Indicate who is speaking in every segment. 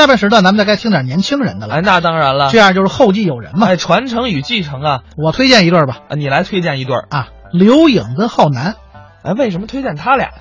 Speaker 1: 下半时段咱们再该听点年轻人的了，
Speaker 2: 哎，那当然了
Speaker 1: 这，样就是后继有人嘛。
Speaker 2: 哎，传承与继承啊，
Speaker 1: 我推荐一对儿吧，
Speaker 2: 啊你来推荐一对儿。
Speaker 1: 啊，刘颖跟浩南，
Speaker 2: 哎，为什么推荐他俩呀？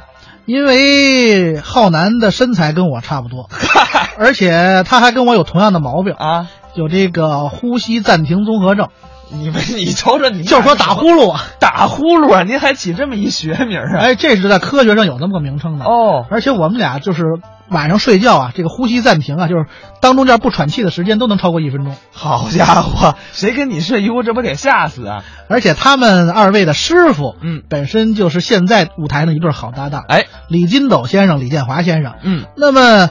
Speaker 1: 因为浩南的身材跟我差不多，
Speaker 2: 嗨
Speaker 1: 而且他还跟我有同样的毛病，
Speaker 2: 啊，
Speaker 1: 有这个呼吸暂停综合症，
Speaker 2: 你们你瞅哎瞅你们
Speaker 1: 就是说打呼噜啊。
Speaker 2: 打呼噜啊，您还起这么一学名啊？
Speaker 1: 哎，这是在科学上有那么个名称的。
Speaker 2: 哦，
Speaker 1: 而且我们俩就是晚上睡觉啊，这个呼吸暂停啊，就是当中间不喘气的时间都能超过一分钟。
Speaker 2: 好家伙，谁跟你睡一屋，这不得吓死啊？
Speaker 1: 而且他们二位的师傅，
Speaker 2: 嗯，
Speaker 1: 本身就是现在舞台的一对好搭档，
Speaker 2: 哎，
Speaker 1: 李金斗先生、李建华先生。
Speaker 2: 嗯，
Speaker 1: 那么，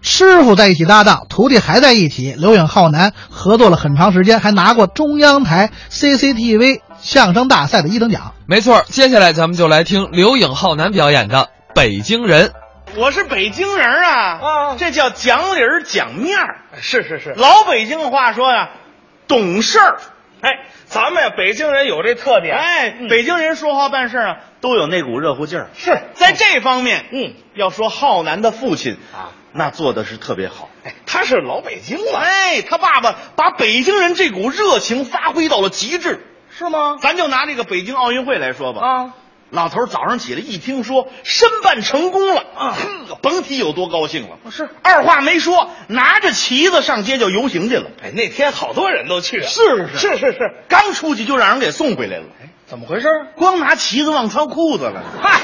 Speaker 1: 师傅在一起搭档，徒弟还在一起，刘颖、浩南合作了很长时间，还拿过中央台 CCTV 相声大赛的一等奖。
Speaker 2: 没错，接下来咱们就来听刘颖、浩南表演的《北京人》。
Speaker 3: 我是北京人啊，哎
Speaker 2: 啊
Speaker 3: 这叫讲理儿讲面儿。
Speaker 2: 是是是，
Speaker 3: 老北京话说呀、懂事儿。哎，咱们呀，北京人有这特点。哎，北京人说话办事啊，都有那股热乎劲儿。是在这方面，嗯，要说浩南的父亲啊，那做的是特别好。哎，他是老北京了。哎，他爸爸把北京人这股热情发挥到了极致。是吗？咱就拿这个北京奥运会来说吧。啊。老头儿早上起来一听说申办成功了啊，呵甭提有多高兴了。是，二话没说，拿着旗子上街就游行去了。哎，那天好多人都去了。是是是是是，刚出去就让人给送回来了。哎，怎么回事？光拿旗子忘穿裤子了。嗨，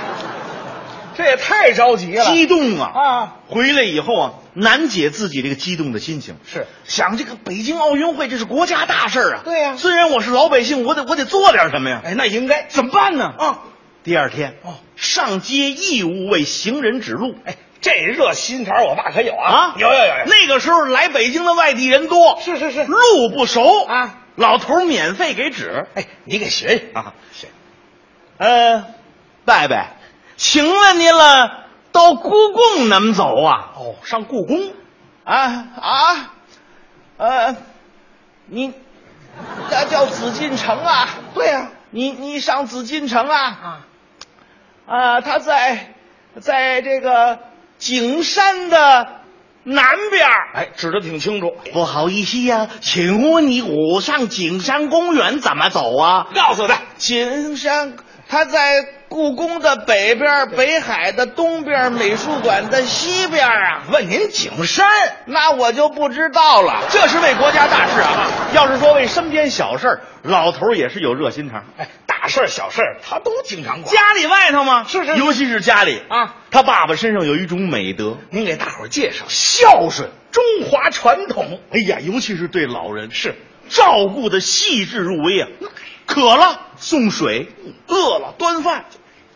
Speaker 4: 这也太着急了
Speaker 3: 激动啊！
Speaker 4: 啊！
Speaker 2: 哎
Speaker 3: 回来以后啊，难解自己这个激动的心情。
Speaker 4: 是
Speaker 3: 想这个北京奥运会，这是国家大事儿啊。
Speaker 4: 对呀
Speaker 3: 虽然我是老百姓，我得我得做点什么呀。
Speaker 4: 哎，那应该怎么办呢？
Speaker 3: 啊，第二天
Speaker 4: 哦，
Speaker 3: 上街义务为行人指路。哎
Speaker 4: 这热心肠我爸可有啊
Speaker 3: 啊！，
Speaker 4: 有有有有，
Speaker 3: 那个时候来北京的外地人多，
Speaker 4: 是是是
Speaker 3: 路不熟
Speaker 4: 啊，
Speaker 3: 老头儿免费给指。
Speaker 4: 哎，你给学学
Speaker 3: 啊
Speaker 4: 学
Speaker 3: 呃，伯伯，请问您了，到故宫怎么走啊？
Speaker 4: 哦
Speaker 3: 上故宫啊啊，呃，你那 叫紫禁城啊？对呀、你你上紫禁城啊？
Speaker 4: 啊，
Speaker 3: 啊，它在在这个景山的南边儿。
Speaker 4: 哎，指的挺清楚，
Speaker 3: 不好意思呀、请问你我上景山公园怎么走啊？
Speaker 4: 告诉他
Speaker 3: 景山，它在故宫的北边、北海的东边、美术馆的西边啊。问您景山，那我就不知道了。这是为国家大事啊！要是说为身边小事儿老头儿也是有热心肠。
Speaker 4: 哎，大事儿小事儿他都经常管。
Speaker 3: 家里外头嘛，
Speaker 4: 是是
Speaker 3: 尤其是家里
Speaker 4: 啊，
Speaker 3: 他爸爸身上有一种美德，
Speaker 4: 您给大伙儿介绍孝顺，中华传统。
Speaker 3: 哎呀，尤其是对老人，是照顾的细致入微啊。渴了送水，
Speaker 4: 嗯
Speaker 3: 饿了端饭，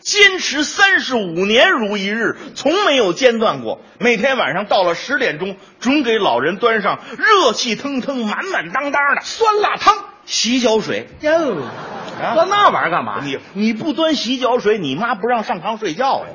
Speaker 3: 坚持三十五年如一日，从没有间断过。每天晚上到了十点钟，准给老人端上热气腾腾、满满当当的酸辣汤、洗脚水。
Speaker 4: 哟，
Speaker 3: 端
Speaker 4: 那玩意儿干嘛
Speaker 3: 你你不端洗脚水，你妈不让上炕睡觉呀、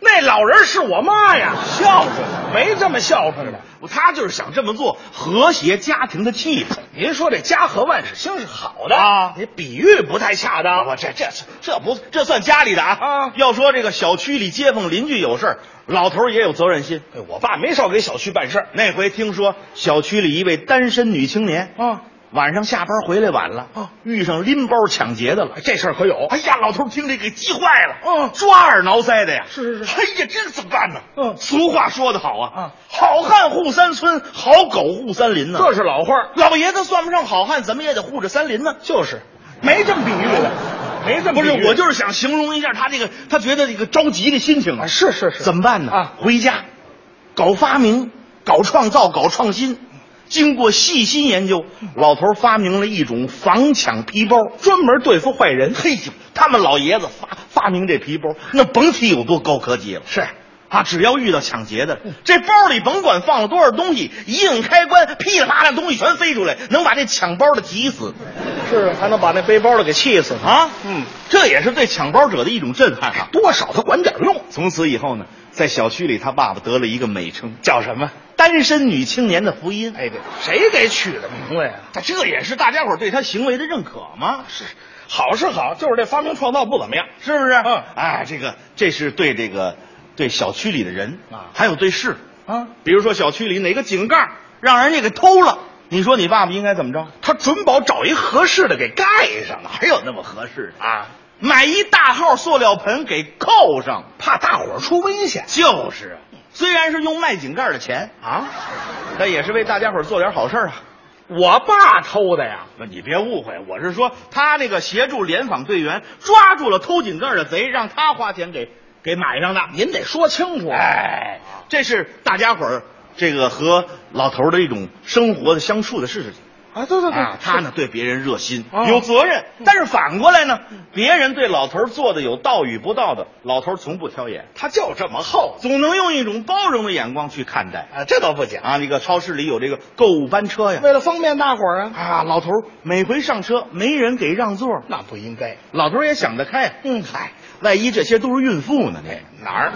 Speaker 4: 那老人是我妈呀，孝顺没这么孝顺的。
Speaker 3: 他就是想这么做，和谐家庭的气氛。
Speaker 4: 您说这家和万事兴是好的
Speaker 3: 啊
Speaker 4: 你比喻不太恰当。
Speaker 3: 我这这这不这算家里的啊
Speaker 4: 啊
Speaker 3: 要说这个小区里街坊邻居有事儿，老头儿也有责任心。
Speaker 4: 哎我爸没少给小区办事儿
Speaker 3: 那回听说小区里一位单身女青年
Speaker 4: 啊，
Speaker 3: 晚上下班回来晚了
Speaker 4: 啊，
Speaker 3: 遇上拎包抢劫的了。
Speaker 4: 这事儿可有。
Speaker 3: 哎呀，老头儿听这给急坏了，
Speaker 4: 嗯
Speaker 3: 抓耳挠腮的呀。
Speaker 4: 是是是
Speaker 3: 哎呀，这怎么办呢？
Speaker 4: 嗯
Speaker 3: 俗话说得好啊，
Speaker 4: 嗯
Speaker 3: 好汉护三村，好狗护三林呢、
Speaker 4: 这是老话儿
Speaker 3: 老爷子算不上好汉，怎么也得护着三林呢。就是，没这么比喻的，
Speaker 4: 没这么
Speaker 3: 不是
Speaker 4: 比，喻
Speaker 3: 我就是想形容一下他这个，他觉得这个着急的心情啊。
Speaker 4: 啊是是是
Speaker 3: 怎么办呢？
Speaker 4: 啊
Speaker 3: 回家，搞发明，搞创造，搞创新。经过细心研究，
Speaker 4: 嗯
Speaker 3: 老头发明了一种防抢皮包，专门对付坏人。嘿呦，他们老爷子发发明这皮包，那甭提有多高科技了。
Speaker 4: 是
Speaker 3: 啊，只要遇到抢劫的，这包里甭管放了多少东西，一摁开关，噼里啪啦东西全飞出来，能把那抢包的急死
Speaker 4: 是，还能把那背包的给气死。
Speaker 3: 啊！嗯，这也是对抢包者的一种震撼啊！
Speaker 4: 多少他管点用，
Speaker 3: 从此以后呢，在小区里，他爸爸得了一个美称
Speaker 4: 叫什么？
Speaker 3: “单身女青年的福音”。
Speaker 4: 哎，对，谁给取的名字呀？
Speaker 3: 他这也是大家伙儿对他行为的认可嘛？是，
Speaker 4: 好是好，就是这发明创造不怎么样。
Speaker 3: 是不是？
Speaker 4: 嗯
Speaker 3: 哎，这个这是对这个对小区里的人
Speaker 4: 啊
Speaker 3: 还有对事，
Speaker 1: 啊，
Speaker 3: 比如说小区里哪个井盖让人家给偷了，你说你爸爸应该怎么着？
Speaker 4: 他准保找一合适的给盖上，哪有那么合适的
Speaker 3: 啊，买一大号塑料盆给扣上，
Speaker 4: 怕大伙儿出危险
Speaker 3: 就是，啊虽然是用卖井盖的钱，
Speaker 4: 啊！
Speaker 3: 但也是为大家伙儿做点好事儿啊。
Speaker 4: 我爸偷的呀，
Speaker 3: 那你别误会，我是说他那个协助联防队员抓住了偷井盖的贼，让他花钱给给买上的。
Speaker 4: 您得说清楚。
Speaker 3: 哎，这是大家伙儿这个和老头儿的一种生活的相处的事情。
Speaker 4: 啊，对对对，
Speaker 3: 啊，他呢对别人热心，
Speaker 4: 哦
Speaker 3: 有责任，但是反过来呢，别人对老头儿做的有道与不道的，老头儿从不挑眼，
Speaker 4: 他就这么厚
Speaker 3: 总能用一种包容的眼光去看待。
Speaker 4: 啊，这倒不假。
Speaker 3: 啊，那个超市里有这个购物班车呀，
Speaker 4: 为了方便大伙儿啊，
Speaker 3: 啊，老头儿每回上车没人给让座，
Speaker 4: 那不应该。
Speaker 3: 老头儿也想得开。
Speaker 4: 嗯
Speaker 3: 嗨，万一这些都是孕妇呢？这
Speaker 4: 哪儿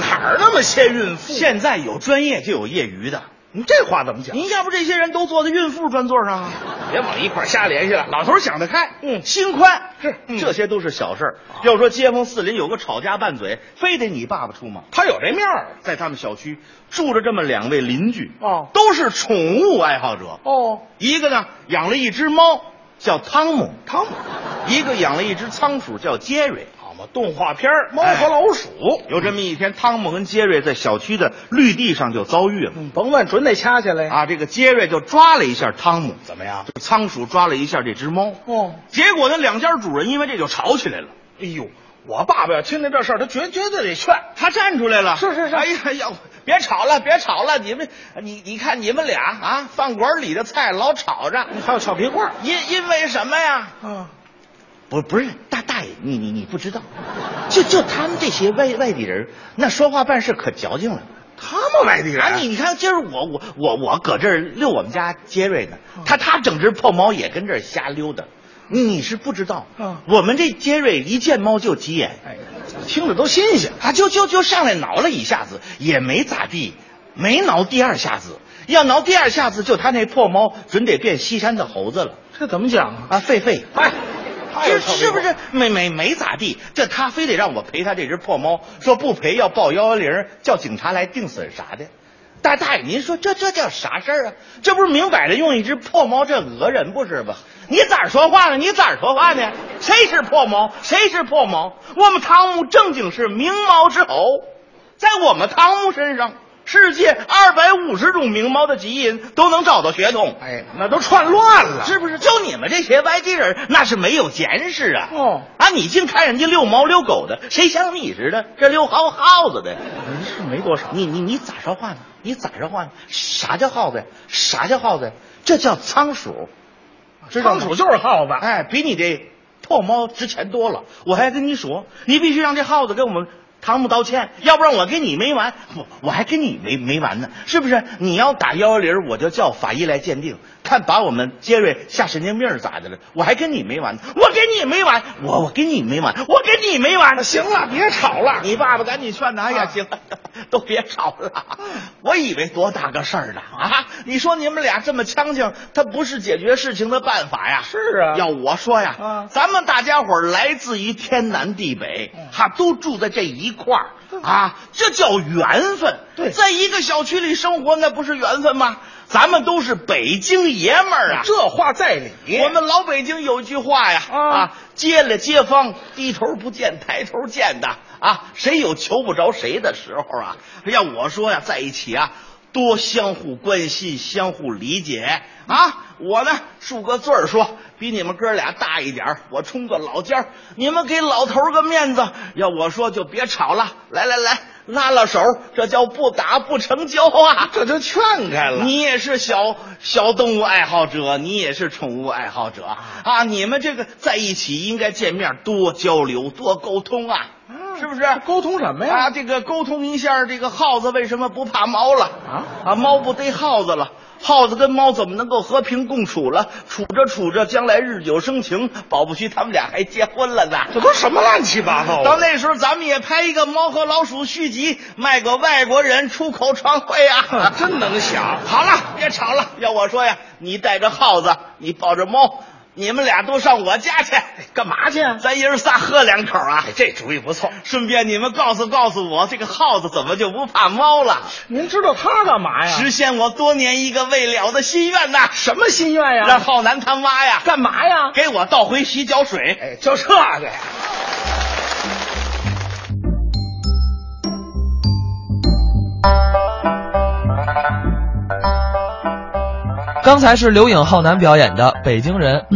Speaker 4: 哪儿那么些孕妇？
Speaker 3: 现在有专业就有业余的，
Speaker 4: 你这话怎么讲？
Speaker 3: 您要不这些人都坐在孕妇专座上啊？
Speaker 4: 别往一块儿瞎联系了。
Speaker 3: 老头儿想得开，
Speaker 4: 嗯
Speaker 3: 心宽
Speaker 4: 是嗯啊
Speaker 3: 这些都是小事儿。要说街坊四邻有个吵架拌嘴，非得你爸爸出吗？
Speaker 4: 他有这面儿
Speaker 3: 在他们小区住着这么两位邻居，
Speaker 4: 哦
Speaker 3: 都是宠物爱好者。
Speaker 4: 哦，
Speaker 3: 一个呢养了一只猫叫汤姆，
Speaker 4: 汤姆，
Speaker 3: 一个养了一只仓鼠叫杰瑞。哎
Speaker 4: 好嘛，动画片儿《猫和老鼠》
Speaker 3: 有这么一天，汤姆跟杰瑞在小区的绿地上就遭遇了。
Speaker 4: 嗯，甭问，准得掐起来呀。
Speaker 3: 啊，这个杰瑞就抓了一下汤姆，
Speaker 4: 怎么样？
Speaker 3: 就是仓鼠抓了一下这只猫。
Speaker 4: 哦，
Speaker 3: 结果呢，两家主人因为这就吵起来了。
Speaker 4: 哎呦，我爸爸要听见这事儿，他绝绝对得劝。
Speaker 3: 他站出来了，
Speaker 4: 是是是
Speaker 3: 哎呀哎呀，别吵了，别吵了，你们，你你看你们俩啊，饭馆里的菜老吵着，
Speaker 4: 还有炒皮罐
Speaker 3: 因因为什么呀？
Speaker 4: 啊，
Speaker 3: 不不是大大爷，你你你不知道，就就他们这些外外地人，那说话办事可矫情了。
Speaker 4: 他们外地人
Speaker 3: 啊，你你看，今儿我我我我搁这儿遛我们家杰瑞呢，
Speaker 4: 哦
Speaker 3: 他他整只破猫也跟这儿瞎溜达，你是不知道，
Speaker 4: 啊
Speaker 3: 我们这杰瑞一见猫就急眼，
Speaker 4: 哎，听着都新鲜。
Speaker 3: 啊，就就就上来挠了一下子，也没咋地，没挠第二下子。要挠第二下子，就他那破猫准得变西山的猴子了
Speaker 4: 这怎么讲啊？
Speaker 3: 啊！狒狒，
Speaker 4: 哎，太有
Speaker 3: 是
Speaker 4: 创意
Speaker 3: 是不
Speaker 4: 了
Speaker 3: 是？没没没咋地？这他非得让我赔他这只破猫，说不赔要报幺幺零，叫警察来定损啥的。大大爷，您说这这叫啥事儿啊？这不是明摆着用一只破猫这讹人不是吧？你咋说话呢？你咋说话呢？谁是破猫？谁是破猫？我们汤姆正经是明猫之后，在我们汤姆身上，世界二百五十种明猫的基因都能找到血统。
Speaker 4: 哎，那都串乱了。
Speaker 3: 是不是？就你们这些外地人，那是没有见识啊！
Speaker 4: 哦
Speaker 3: 啊，你净看人家遛猫遛狗的，谁像你似的？这遛耗耗子的，你是没多少。你你你咋说话呢？你咋说话呢？啥叫耗子呀？啥叫耗子呀？这叫仓鼠，知道吗
Speaker 4: 仓鼠就是耗子。
Speaker 3: 哎，比你这破猫值钱多了。我还跟你说，你必须让这耗子给我们汤姆道歉，要不然我跟你没完，我我还跟你没没完呢，是不是？你要打幺幺零，我就叫法医来鉴定，看把我们杰瑞吓神经病儿咋的了？我还跟你没完呢，我跟你没完，我我跟你没完，我跟你没完。
Speaker 4: 行了，别吵了。
Speaker 3: 你爸爸赶紧劝他，哎呀，
Speaker 4: 啊
Speaker 3: 行了，都别吵了。我以为多大个事儿呢啊！你说你们俩这么呛呛，他不是解决事情的办法呀。
Speaker 4: 是啊
Speaker 3: 要我说呀，
Speaker 4: 啊嗯
Speaker 3: 咱们大家伙儿来自于天南地北，哈，都住在这一块儿啊，这叫缘分。
Speaker 4: 对
Speaker 3: 在一个小区里生活，那不是缘分吗？咱们都是北京爷们儿啊。
Speaker 4: 这话在理。
Speaker 3: 我们老北京有句话呀，
Speaker 4: 啊
Speaker 3: 啊，街了街坊，低头不见抬头见的啊，谁有求不着谁的时候啊？要我说呀，在一起啊，多相互关心，相互理解啊。我呢，恕个罪儿说，比你们哥俩大一点儿我充个老尖儿你们给老头儿个面子。要我说，就别吵了，来来来，拉拉手，这叫不打不成交啊。
Speaker 4: 这就劝开了。
Speaker 3: 你也是小小动物爱好者，你也是宠物爱好者啊！你们这个在一起应该见面多交流、多沟通啊，是不是？
Speaker 4: 沟通什么呀？
Speaker 3: 啊，这个沟通一下，这个耗子为什么不怕猫了？
Speaker 4: 啊
Speaker 3: 啊，猫不逮耗子了，耗子跟猫怎么能够和平共处了？处着处着，将来日久生情，保不齐他们俩还结婚了呢。
Speaker 4: 这都什么乱七八糟
Speaker 3: 到
Speaker 4: 的？
Speaker 3: 那时候，咱们也拍一个《猫和老鼠》续集，卖给外国人出口创汇啊！
Speaker 4: 真能想
Speaker 3: 好了，别吵了。要我说呀，你带着耗子，你抱着猫，你们俩都上我家去，
Speaker 4: 干嘛去啊
Speaker 3: 咱爷儿仨喝两口啊！
Speaker 4: 哎，这主意不错。
Speaker 3: 顺便你们告诉告诉我，这个耗子怎么就不怕猫了？
Speaker 4: 您知道他干嘛呀？
Speaker 3: 实现我多年一个未了的心愿呐！
Speaker 4: 什么心愿呀？
Speaker 3: 让浩南他妈呀，
Speaker 4: 啊干嘛呀？
Speaker 3: 给我倒回洗脚水。
Speaker 4: 哎，就这个呀。
Speaker 2: 刚才是刘影浩南表演的《北京人》，